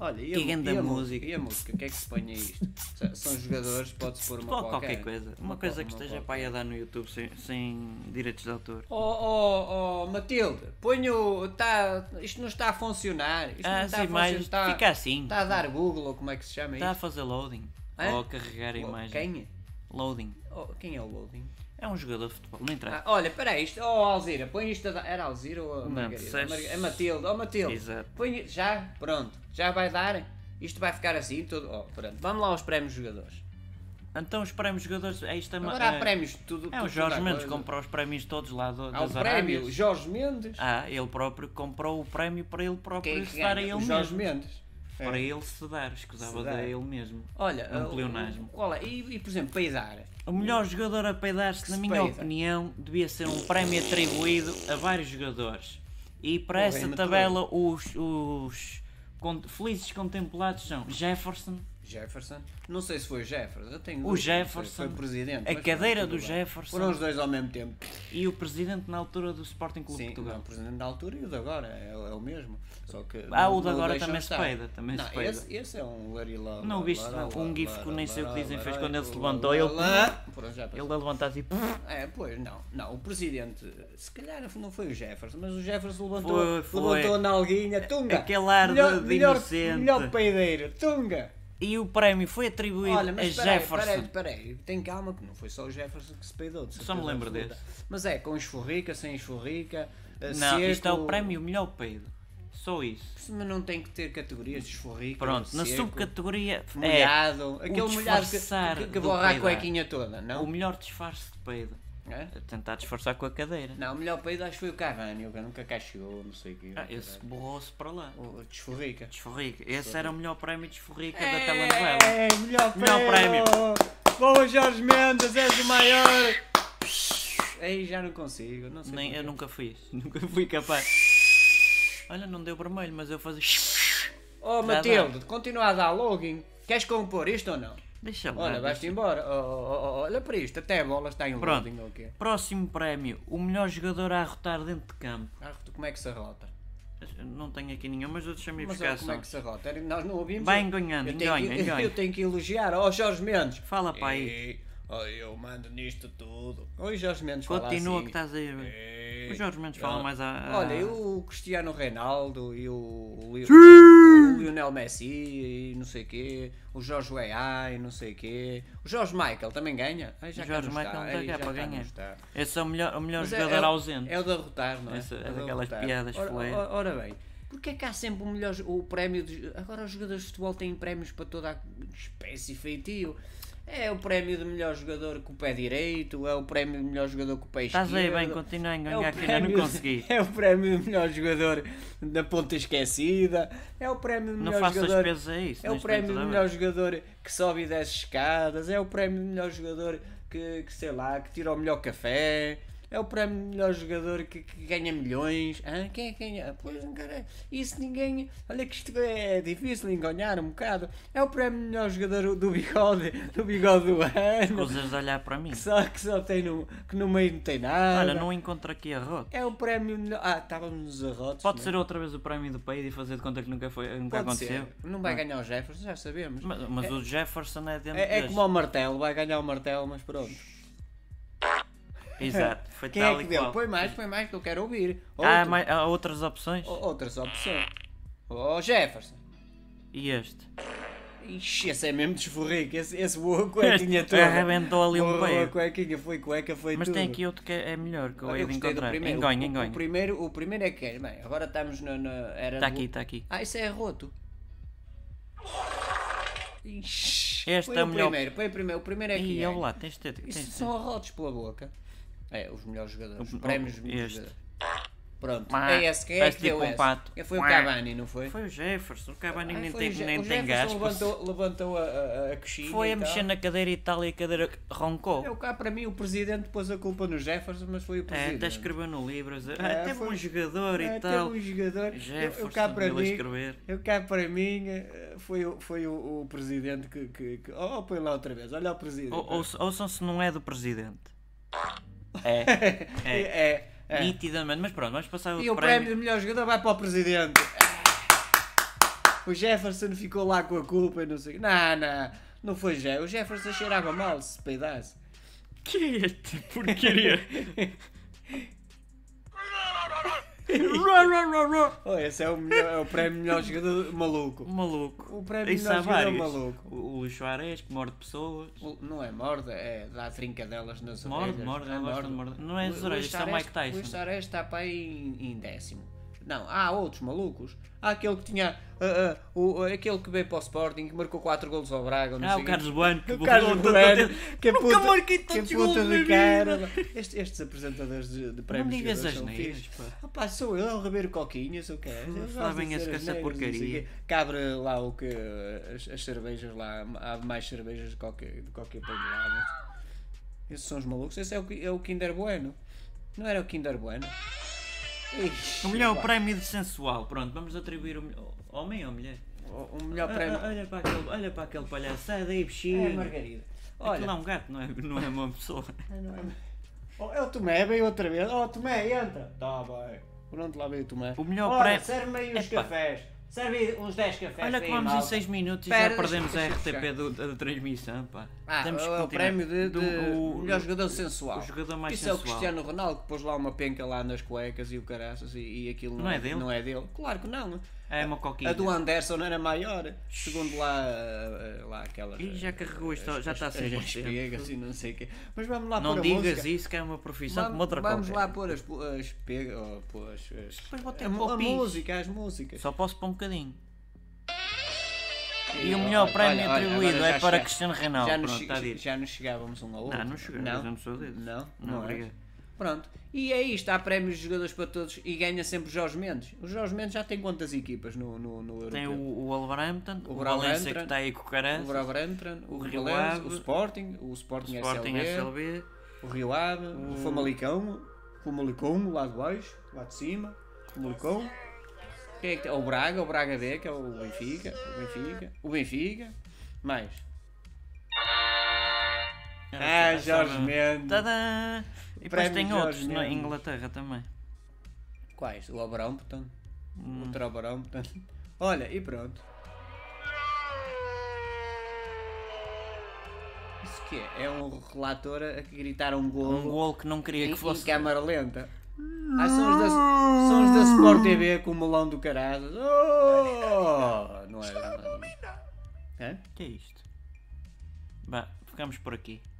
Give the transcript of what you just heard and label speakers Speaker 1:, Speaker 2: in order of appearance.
Speaker 1: Olha, e a,
Speaker 2: Que
Speaker 1: mu-
Speaker 2: grande
Speaker 1: e a
Speaker 2: música.
Speaker 1: música? E a música? O que é que se põe a isto? S- São jogadores, pode-se pôr uma
Speaker 2: Ou
Speaker 1: qualquer.
Speaker 2: qualquer coisa. Uma, coisa que esteja para aí a dar no YouTube sem, sem direitos de autor.
Speaker 1: Oh, oh, oh, Matilde, ponho. Tá, isto não está a funcionar. Isto não
Speaker 2: Ah,
Speaker 1: está a
Speaker 2: sim, mas
Speaker 1: funcionar.
Speaker 2: fica assim.
Speaker 1: Está a dar Google ou como é que se chama
Speaker 2: Está a
Speaker 1: isto?
Speaker 2: fazer loading.
Speaker 1: Hã?
Speaker 2: Ou a carregar a imagem.
Speaker 1: Quem? é?
Speaker 2: Loading.
Speaker 1: Oh, quem é o Loading?
Speaker 2: É um jogador de futebol, não interessa.
Speaker 1: Ah, olha, espera isto. Oh, Alzira, põe isto a dar. Era Alzira ou a
Speaker 2: Não,
Speaker 1: Margarida?
Speaker 2: disseste-
Speaker 1: A Marga- a Matilde, oh Matilde.
Speaker 2: Exato.
Speaker 1: Põe... Já, pronto. Já vai dar. Isto vai ficar assim. Tudo... Oh, pronto. Vamos lá aos prémios de jogadores.
Speaker 2: Então os prémios de jogadores. É isto é uma-
Speaker 1: Agora há
Speaker 2: é-
Speaker 1: prémios de tudo.
Speaker 2: É o
Speaker 1: tudo,
Speaker 2: Jorge
Speaker 1: tudo,
Speaker 2: Mendes
Speaker 1: agora-
Speaker 2: comprou os prémios todos lá do,
Speaker 1: Há o
Speaker 2: das
Speaker 1: prémio
Speaker 2: Arábias.
Speaker 1: Jorge Mendes.
Speaker 2: Ah, ele próprio comprou o prémio para ele próprio
Speaker 1: Quem é que
Speaker 2: se dar a
Speaker 1: ganha?
Speaker 2: ele
Speaker 1: O
Speaker 2: mesmo.
Speaker 1: Jorge Mendes. É.
Speaker 2: Para ele se dar, escusava
Speaker 1: Se
Speaker 2: de dar
Speaker 1: dar.
Speaker 2: a ele mesmo.
Speaker 1: Olha,
Speaker 2: É um
Speaker 1: uh,
Speaker 2: pleonasmo.
Speaker 1: Qual é? E, e, por exemplo, peidar.
Speaker 2: O melhor jogador a peidar-se, na
Speaker 1: se
Speaker 2: minha
Speaker 1: peida.
Speaker 2: opinião, devia ser um prémio atribuído a vários jogadores. E para
Speaker 1: Porra, é
Speaker 2: essa
Speaker 1: ainda
Speaker 2: tabela, os, os con- felizes contemplados são Jefferson,
Speaker 1: Jefferson. Não sei se foi o Jefferson. Eu tenho
Speaker 2: o
Speaker 1: dúvidas, não sei se
Speaker 2: Jefferson,
Speaker 1: Foi presidente.
Speaker 2: a
Speaker 1: mas
Speaker 2: cadeira
Speaker 1: tudo
Speaker 2: do
Speaker 1: bem.
Speaker 2: Jefferson
Speaker 1: Foram os dois ao mesmo tempo.
Speaker 2: e o presidente na altura do Sporting Clube
Speaker 1: Sim, não,
Speaker 2: Portugal.
Speaker 1: o presidente da altura e o de agora. É, é o mesmo. Só que.
Speaker 2: Ah,
Speaker 1: não-
Speaker 2: o de
Speaker 1: não
Speaker 2: agora
Speaker 1: deixam
Speaker 2: também se
Speaker 1: estar.
Speaker 2: peida, também
Speaker 1: não,
Speaker 2: se peida.
Speaker 1: Esse, esse é um larilá.
Speaker 2: Não
Speaker 1: lá,
Speaker 2: viste,
Speaker 1: lá,
Speaker 2: não.
Speaker 1: lá,
Speaker 2: Um
Speaker 1: lá,
Speaker 2: gif que
Speaker 1: lá,
Speaker 2: nem sei o
Speaker 1: lá,
Speaker 2: que dizem
Speaker 1: lá,
Speaker 2: fez
Speaker 1: lá,
Speaker 2: quando ele se
Speaker 1: lá,
Speaker 2: levantou,
Speaker 1: lá,
Speaker 2: ele-
Speaker 1: lá. Pronto, já
Speaker 2: Ele
Speaker 1: passou.
Speaker 2: a levantar tipo.
Speaker 1: É, pois não, não, o presidente, se calhar não foi o Jefferson, mas o Jefferson levantou,
Speaker 2: Foi, foi.
Speaker 1: levantou na alguinha, tunga,
Speaker 2: Aquele ar de-
Speaker 1: melhor,
Speaker 2: de
Speaker 1: melhor,
Speaker 2: inocente.
Speaker 1: melhor peideiro, tunga.
Speaker 2: E o prémio foi atribuído
Speaker 1: Olha,
Speaker 2: a
Speaker 1: mas peraí,
Speaker 2: Jefferson.
Speaker 1: peraí, peraí, tem calma que não foi só o Jefferson que se peidou. de
Speaker 2: Só me
Speaker 1: certeza
Speaker 2: lembro
Speaker 1: absoluta. Mas é, com esforrica, sem esforrica, eh,
Speaker 2: Não, isto é
Speaker 1: seco.
Speaker 2: o prémio melhor peido. Só isso.
Speaker 1: Mas não tem que ter categorias de esforrica,
Speaker 2: Pronto, na
Speaker 1: seco,
Speaker 2: subcategoria é
Speaker 1: molhado, aquele molhado que,
Speaker 2: disfarçar
Speaker 1: que, que
Speaker 2: do
Speaker 1: borra a
Speaker 2: peidar.
Speaker 1: cuequinha toda,
Speaker 2: o
Speaker 1: não?
Speaker 2: melhor disfarce de peido.
Speaker 1: É?
Speaker 2: A tentar disfarçar com a cadeira.
Speaker 1: Não, o melhor peido acho que foi o Cavani, o que nunca cá chegou, não sei o quê.
Speaker 2: Ah, esse borrou-se para lá.
Speaker 1: O de esforrica.
Speaker 2: Desforrica. Esse era o melhor prémio de esforrica da telenovela.
Speaker 1: É, melhor
Speaker 2: Melhor prémio.
Speaker 1: prémio. Boa, Jorge Mendes, és o maior. Aí já não consigo, não sei.
Speaker 2: Nem,
Speaker 1: porquê.
Speaker 2: eu nunca fiz. Nunca fui capaz. Olha, não deu vermelho, mas eu fazia.
Speaker 1: Oh,
Speaker 2: Nada.
Speaker 1: Matilde, continua a dar login. Queres compor isto ou não?
Speaker 2: Deixa-me.
Speaker 1: Olha,
Speaker 2: lá,
Speaker 1: vais-te embora. Oh, oh, oh, oh, olha para isto, até a bola está em
Speaker 2: Pronto.
Speaker 1: loading ou o quê?
Speaker 2: Próximo prémio, o melhor jogador a arrotar dentro de campo.
Speaker 1: Ah, tu, como é que se arrota?
Speaker 2: Não tenho aqui nenhum, mas eu deixei-me
Speaker 1: Mas
Speaker 2: buscar
Speaker 1: olha
Speaker 2: só.
Speaker 1: como é que se arrota? Era- Nós não ouvimos.
Speaker 2: Vai
Speaker 1: Eu-
Speaker 2: enganhando,
Speaker 1: eu tenho
Speaker 2: enganha,
Speaker 1: que-
Speaker 2: enganha.
Speaker 1: Eu tenho que elogiar. Oh, Jorge Mendes.
Speaker 2: Fala para aí.
Speaker 1: Ei, oh, eu mando nisto tudo. Oi, Jorge Mendes, fala
Speaker 2: Continua
Speaker 1: assim.
Speaker 2: que estás aí.
Speaker 1: Ei,
Speaker 2: Os Jorge Mendes falam
Speaker 1: olha-
Speaker 2: mais a. a-
Speaker 1: Olha, eu, o Cristiano Reinaldo e o, o, Leo- o Lionel Messi e não sei o quê, o Jorge Weah e não sei o quê, o Jorge Michael também ganha. Ai, já
Speaker 2: O
Speaker 1: cá
Speaker 2: Jorge
Speaker 1: não
Speaker 2: Michael
Speaker 1: está,
Speaker 2: não está
Speaker 1: ai,
Speaker 2: cá
Speaker 1: já
Speaker 2: para
Speaker 1: cá não
Speaker 2: ganhar.
Speaker 1: está.
Speaker 2: Esse é o melhor, o melhor
Speaker 1: Mas
Speaker 2: jogador ausente.
Speaker 1: É o de arrotar, não é?
Speaker 2: Essa-
Speaker 1: É o de
Speaker 2: é daquelas
Speaker 1: arrotar.
Speaker 2: piadas
Speaker 1: ora,
Speaker 2: fuleiras.
Speaker 1: ora, ora bem, porque é que há sempre o melhor o prémio de, Agora os jogadores de futebol têm prémios para toda a espécie e feitio. É o prémio de melhor jogador com o pé direito, é o prémio de melhor jogador com o pé esquerdo.
Speaker 2: Estás aí bem, continua a enganar
Speaker 1: É o
Speaker 2: aqui, ainda não
Speaker 1: prémio-
Speaker 2: consegui.
Speaker 1: É o prémio de melhor jogador da ponta esquecida. É o prémio de
Speaker 2: Não
Speaker 1: melhor
Speaker 2: faças
Speaker 1: jogador.
Speaker 2: pesos a isso.
Speaker 1: É o
Speaker 2: neste
Speaker 1: prémio de
Speaker 2: momento, tá
Speaker 1: melhor jogador que sobe e desce escadas. É o prémio de melhor jogador que, que, sei lá, que tira o melhor café. É o prémio de melhor jogador que, que ganha milhões. Hã? Quem é que ganha? Pois, cara, isso ninguém. Olha que isto é difícil enganar um bocado. É o prémio de melhor jogador do bigode, do bigode do ano.
Speaker 2: Coisas de olhar para mim.
Speaker 1: Que só, que só tem no, que no meio não tem nada.
Speaker 2: Olha, não encontro aqui a rota.
Speaker 1: É o prémio melhor. Ah, estávamos nos arrotos.
Speaker 2: Pode
Speaker 1: não é?
Speaker 2: ser outra vez o prémio do país e fazer de conta que nunca, foi, nunca
Speaker 1: Pode ser.
Speaker 2: aconteceu.
Speaker 1: Não vai ganhar o Jefferson, já sabemos.
Speaker 2: Mas, mas o Jefferson é dentro
Speaker 1: É, é
Speaker 2: deste.
Speaker 1: como o martelo, vai ganhar o martelo, mas pronto.
Speaker 2: Exato, foi
Speaker 1: Quem
Speaker 2: tal
Speaker 1: é que
Speaker 2: e
Speaker 1: deu?
Speaker 2: qual. Ah,
Speaker 1: Põe mais, põe mais que eu quero ouvir.
Speaker 2: Há,
Speaker 1: Outro-
Speaker 2: mais- há outras opções?
Speaker 1: o- Outras opções. Oh Jefferson.
Speaker 2: E este?
Speaker 1: Ixi, esse é mesmo desforrico, esse, esse boa cuequinha
Speaker 2: Este
Speaker 1: toda.
Speaker 2: arrebentou ali um
Speaker 1: Boa
Speaker 2: peido.
Speaker 1: cuequinha, foi cueca, foi
Speaker 2: Mas
Speaker 1: tudo.
Speaker 2: tem aqui outro que é é melhor, que eu
Speaker 1: Olha,
Speaker 2: hei de
Speaker 1: gostei do
Speaker 2: encontrar.
Speaker 1: primeiro.
Speaker 2: Engonha,
Speaker 1: O- O,
Speaker 2: engonha.
Speaker 1: primeiro, o primeiro é que é. Bem, agora estamos na, na era do-
Speaker 2: Está Tá aqui, está aqui.
Speaker 1: Ah, isso é roto. Ixi,
Speaker 2: Este
Speaker 1: põe
Speaker 2: é o
Speaker 1: o
Speaker 2: melhor.
Speaker 1: primeiro, põe o primeiro, o primeiro é que
Speaker 2: E
Speaker 1: ganha.
Speaker 2: olha lá, tens de ter. tens
Speaker 1: Isso
Speaker 2: de ter.
Speaker 1: são arrotos pela boca. É, os melhores jogadores.
Speaker 2: O-
Speaker 1: Os prémios
Speaker 2: o-
Speaker 1: dos melhores
Speaker 2: este.
Speaker 1: jogadores. Pronto,
Speaker 2: Má,
Speaker 1: é esse. Quem é
Speaker 2: parece
Speaker 1: que deu
Speaker 2: tipo um
Speaker 1: esse?
Speaker 2: pato.
Speaker 1: Quem foi o
Speaker 2: Má.
Speaker 1: Cavani, não foi?
Speaker 2: Foi o Jefferson, o Cavani
Speaker 1: Ai,
Speaker 2: nem
Speaker 1: foi
Speaker 2: tem,
Speaker 1: o Je-
Speaker 2: nem
Speaker 1: o
Speaker 2: tem
Speaker 1: Jefferson
Speaker 2: gás.
Speaker 1: levantou, levantou a, a, a coxinha
Speaker 2: Foi a
Speaker 1: e tal.
Speaker 2: mexer na cadeira e tal e a cadeira roncou.
Speaker 1: Eu, cá, para mim, o presidente pôs a culpa no Jefferson, mas foi o
Speaker 2: É,
Speaker 1: presidente.
Speaker 2: até escreveu no livro, a dizer, ah,
Speaker 1: É,
Speaker 2: teve
Speaker 1: foi-
Speaker 2: um jogador
Speaker 1: É,
Speaker 2: e
Speaker 1: teve
Speaker 2: tal.
Speaker 1: um jogador. Eu- eu, cá,
Speaker 2: Jefferson,
Speaker 1: para
Speaker 2: ele a
Speaker 1: mim,
Speaker 2: escrever.
Speaker 1: eu cá para mim, eh, foi, o- foi o, o presidente que... que, que- Oh, põe lá outra vez, olha o presidente.
Speaker 2: Ou- ouça- Ouçam-se, não é do presidente. É,
Speaker 1: é, é, é.
Speaker 2: nitidamente. Mas pronto, vamos passar
Speaker 1: E
Speaker 2: outro
Speaker 1: o prémio de melhor jogador vai para o presidente. o Jefferson ficou lá com a culpa e não sei o quê. Não, não, não foi Je- o Jefferson cheirava mal se peidasse.
Speaker 2: Que é esta porcaria?
Speaker 1: Oh, esse é o, melhor, é o prémio melhor jogador maluco.
Speaker 2: maluco.
Speaker 1: O prémio
Speaker 2: Isso há
Speaker 1: melhor jogador
Speaker 2: vários.
Speaker 1: maluco.
Speaker 2: O, o Juarez que morde pessoas.
Speaker 1: O- Não é morda, é dá trincadelas nas
Speaker 2: Morde,
Speaker 1: orelhas.
Speaker 2: morde,
Speaker 1: Ah,
Speaker 2: eu gosto de morder. Não é as
Speaker 1: O- o
Speaker 2: orelhas, isto é o
Speaker 1: Luís
Speaker 2: Mike
Speaker 1: Suárez- O Luís
Speaker 2: Tyson.
Speaker 1: Suárez está para aí em, em décimo. Não, há outros malucos. Há aquele que tinha. ah, ah, o, aquele que veio para o Sporting, que marcou 4 golos ao Braga. Não
Speaker 2: Ah,
Speaker 1: sei
Speaker 2: o
Speaker 1: quê.
Speaker 2: Carlos Bueno que
Speaker 1: O Carlos
Speaker 2: borrou
Speaker 1: Bueno,
Speaker 2: tanto tempo.
Speaker 1: que
Speaker 2: um Nunca
Speaker 1: puta,
Speaker 2: marquei
Speaker 1: que
Speaker 2: tantos
Speaker 1: puta
Speaker 2: golos
Speaker 1: de
Speaker 2: na vida.
Speaker 1: cara. Este- estes apresentadores de, de
Speaker 2: Não
Speaker 1: prémios
Speaker 2: me digas
Speaker 1: jogadores
Speaker 2: as
Speaker 1: são
Speaker 2: neiras,
Speaker 1: fixes.
Speaker 2: pá.
Speaker 1: Rapaz, sou eu, é o Ribeiro Coquinha, sou o que é. Eu
Speaker 2: Fala
Speaker 1: gosto de
Speaker 2: bem esse-
Speaker 1: dizer as
Speaker 2: essa
Speaker 1: neiras,
Speaker 2: porcaria.
Speaker 1: não sei o quê. Cabre lá o que. As, as cervejas lá. Há mais cervejas de qualquer, de qualquer panelada. Esses são os malucos. Esse é o, qui- é o Kinder Bueno. Não era o Kinder Bueno? Ixi,
Speaker 2: O melhor
Speaker 1: pá.
Speaker 2: prémio de sensual. Pronto, vamos atribuir o melhor. Homem ou mulher?
Speaker 1: O, É o melhor
Speaker 2: Ah,
Speaker 1: prémio.
Speaker 2: ah, Olha para aquele, olha para aquele Ah, palhaçada aí,
Speaker 1: é
Speaker 2: bichinho.
Speaker 1: Margarida.
Speaker 2: Aquilo é
Speaker 1: Olha.
Speaker 2: um gato, não é, não é uma pessoa.
Speaker 1: Ah, não é. Oh, é o Tomé, veio outra vez. Oh, Tomé, entra. Tá bem. Pronto, lá veio o Tomé.
Speaker 2: O melhor
Speaker 1: Ora,
Speaker 2: prémio-
Speaker 1: serve-me aí uns
Speaker 2: Epá.
Speaker 1: cafés. Serve aí uns 10 cafés.
Speaker 2: Olha
Speaker 1: para
Speaker 2: que
Speaker 1: aí,
Speaker 2: vamos em
Speaker 1: malta.
Speaker 2: 6 minutos e
Speaker 1: Pera,
Speaker 2: já perdemos a
Speaker 1: deixa- deixa
Speaker 2: RTP do- da da transmissão, pá.
Speaker 1: Ah,
Speaker 2: Temos que
Speaker 1: é o
Speaker 2: continuar.
Speaker 1: prémio de, de
Speaker 2: Do- o-
Speaker 1: melhor jogador sensual.
Speaker 2: o jogador mais
Speaker 1: Isso é o
Speaker 2: sensual.
Speaker 1: Cristiano Ronaldo que pôs lá uma penca lá nas cuecas e o caraças e, e aquilo não,
Speaker 2: Não é dele?
Speaker 1: não é dele. Claro que não.
Speaker 2: É uma coquinha.
Speaker 1: A do Anderson era maior, segundo lá, ah, lá aquelas.
Speaker 2: Ih, já carregou isto, já está a
Speaker 1: as- as
Speaker 2: 100%.
Speaker 1: piegas e não sei o quê. Mas vamos lá
Speaker 2: Não
Speaker 1: pôr Ah, a
Speaker 2: digas
Speaker 1: música.
Speaker 2: isso que é uma profissão
Speaker 1: Vam-
Speaker 2: como outra
Speaker 1: Vamos
Speaker 2: qualquer.
Speaker 1: lá pôr as, pu- as pegas. Oh, pô, as, as,
Speaker 2: Depois vou ter
Speaker 1: a, mu- a
Speaker 2: popis.
Speaker 1: música, as músicas.
Speaker 2: Só posso pôr um bocadinho. E o melhor prémio atribuído é para Cristiano Ronaldo.
Speaker 1: já,
Speaker 2: Pronto,
Speaker 1: nos,
Speaker 2: está a
Speaker 1: che-
Speaker 2: dizer.
Speaker 1: já nos chegávamos um ao outro.
Speaker 2: Não, não chegamos, eu não sou desses.
Speaker 1: Não,
Speaker 2: Não,
Speaker 1: não, é.
Speaker 2: obrigado.
Speaker 1: Pronto. E é isto, há prémios de jogadores para todos e ganha sempre Jorge Mendes. O Jorge Mendes já tem quantas equipas no, no, no Europeu?
Speaker 2: Tem o, o Wolverhampton, o,
Speaker 1: O
Speaker 2: Valencia que
Speaker 1: Wolverhampton,
Speaker 2: está aí com o
Speaker 1: o
Speaker 2: Carança,
Speaker 1: Wolverhampton, o,
Speaker 2: o
Speaker 1: Rio
Speaker 2: Rio
Speaker 1: Ave,
Speaker 2: Ave,
Speaker 1: o Sporting, o Sporting,
Speaker 2: o Sporting
Speaker 1: SLB,
Speaker 2: SLB.
Speaker 1: o Rio Ave, o Famalicão, o Famalicão lá de baixo, lá de cima, o Famalicão. Quem é que tem? O Braga, o Braga D, que é o Benfica, o Benfica, o Benfica, mais. Ah, Jorge Mendes.
Speaker 2: Tadã! E depois
Speaker 1: Prémio
Speaker 2: tem
Speaker 1: Jorge
Speaker 2: outros na
Speaker 1: Mendes.
Speaker 2: Inglaterra também.
Speaker 1: Quais? O Abrão, portanto. O Trabarão, portanto. Olha, e pronto. Isso que é? É um relator a a gritar um gol,
Speaker 2: Um gol que não queria
Speaker 1: em,
Speaker 2: que
Speaker 1: em
Speaker 2: fosse.
Speaker 1: câmara lenta. Ah, são os da, são os da Sport TV com o melão do caralho. Oh, não é? Não é, não é. Hã?
Speaker 2: Que é isto? Vá, ficamos por aqui.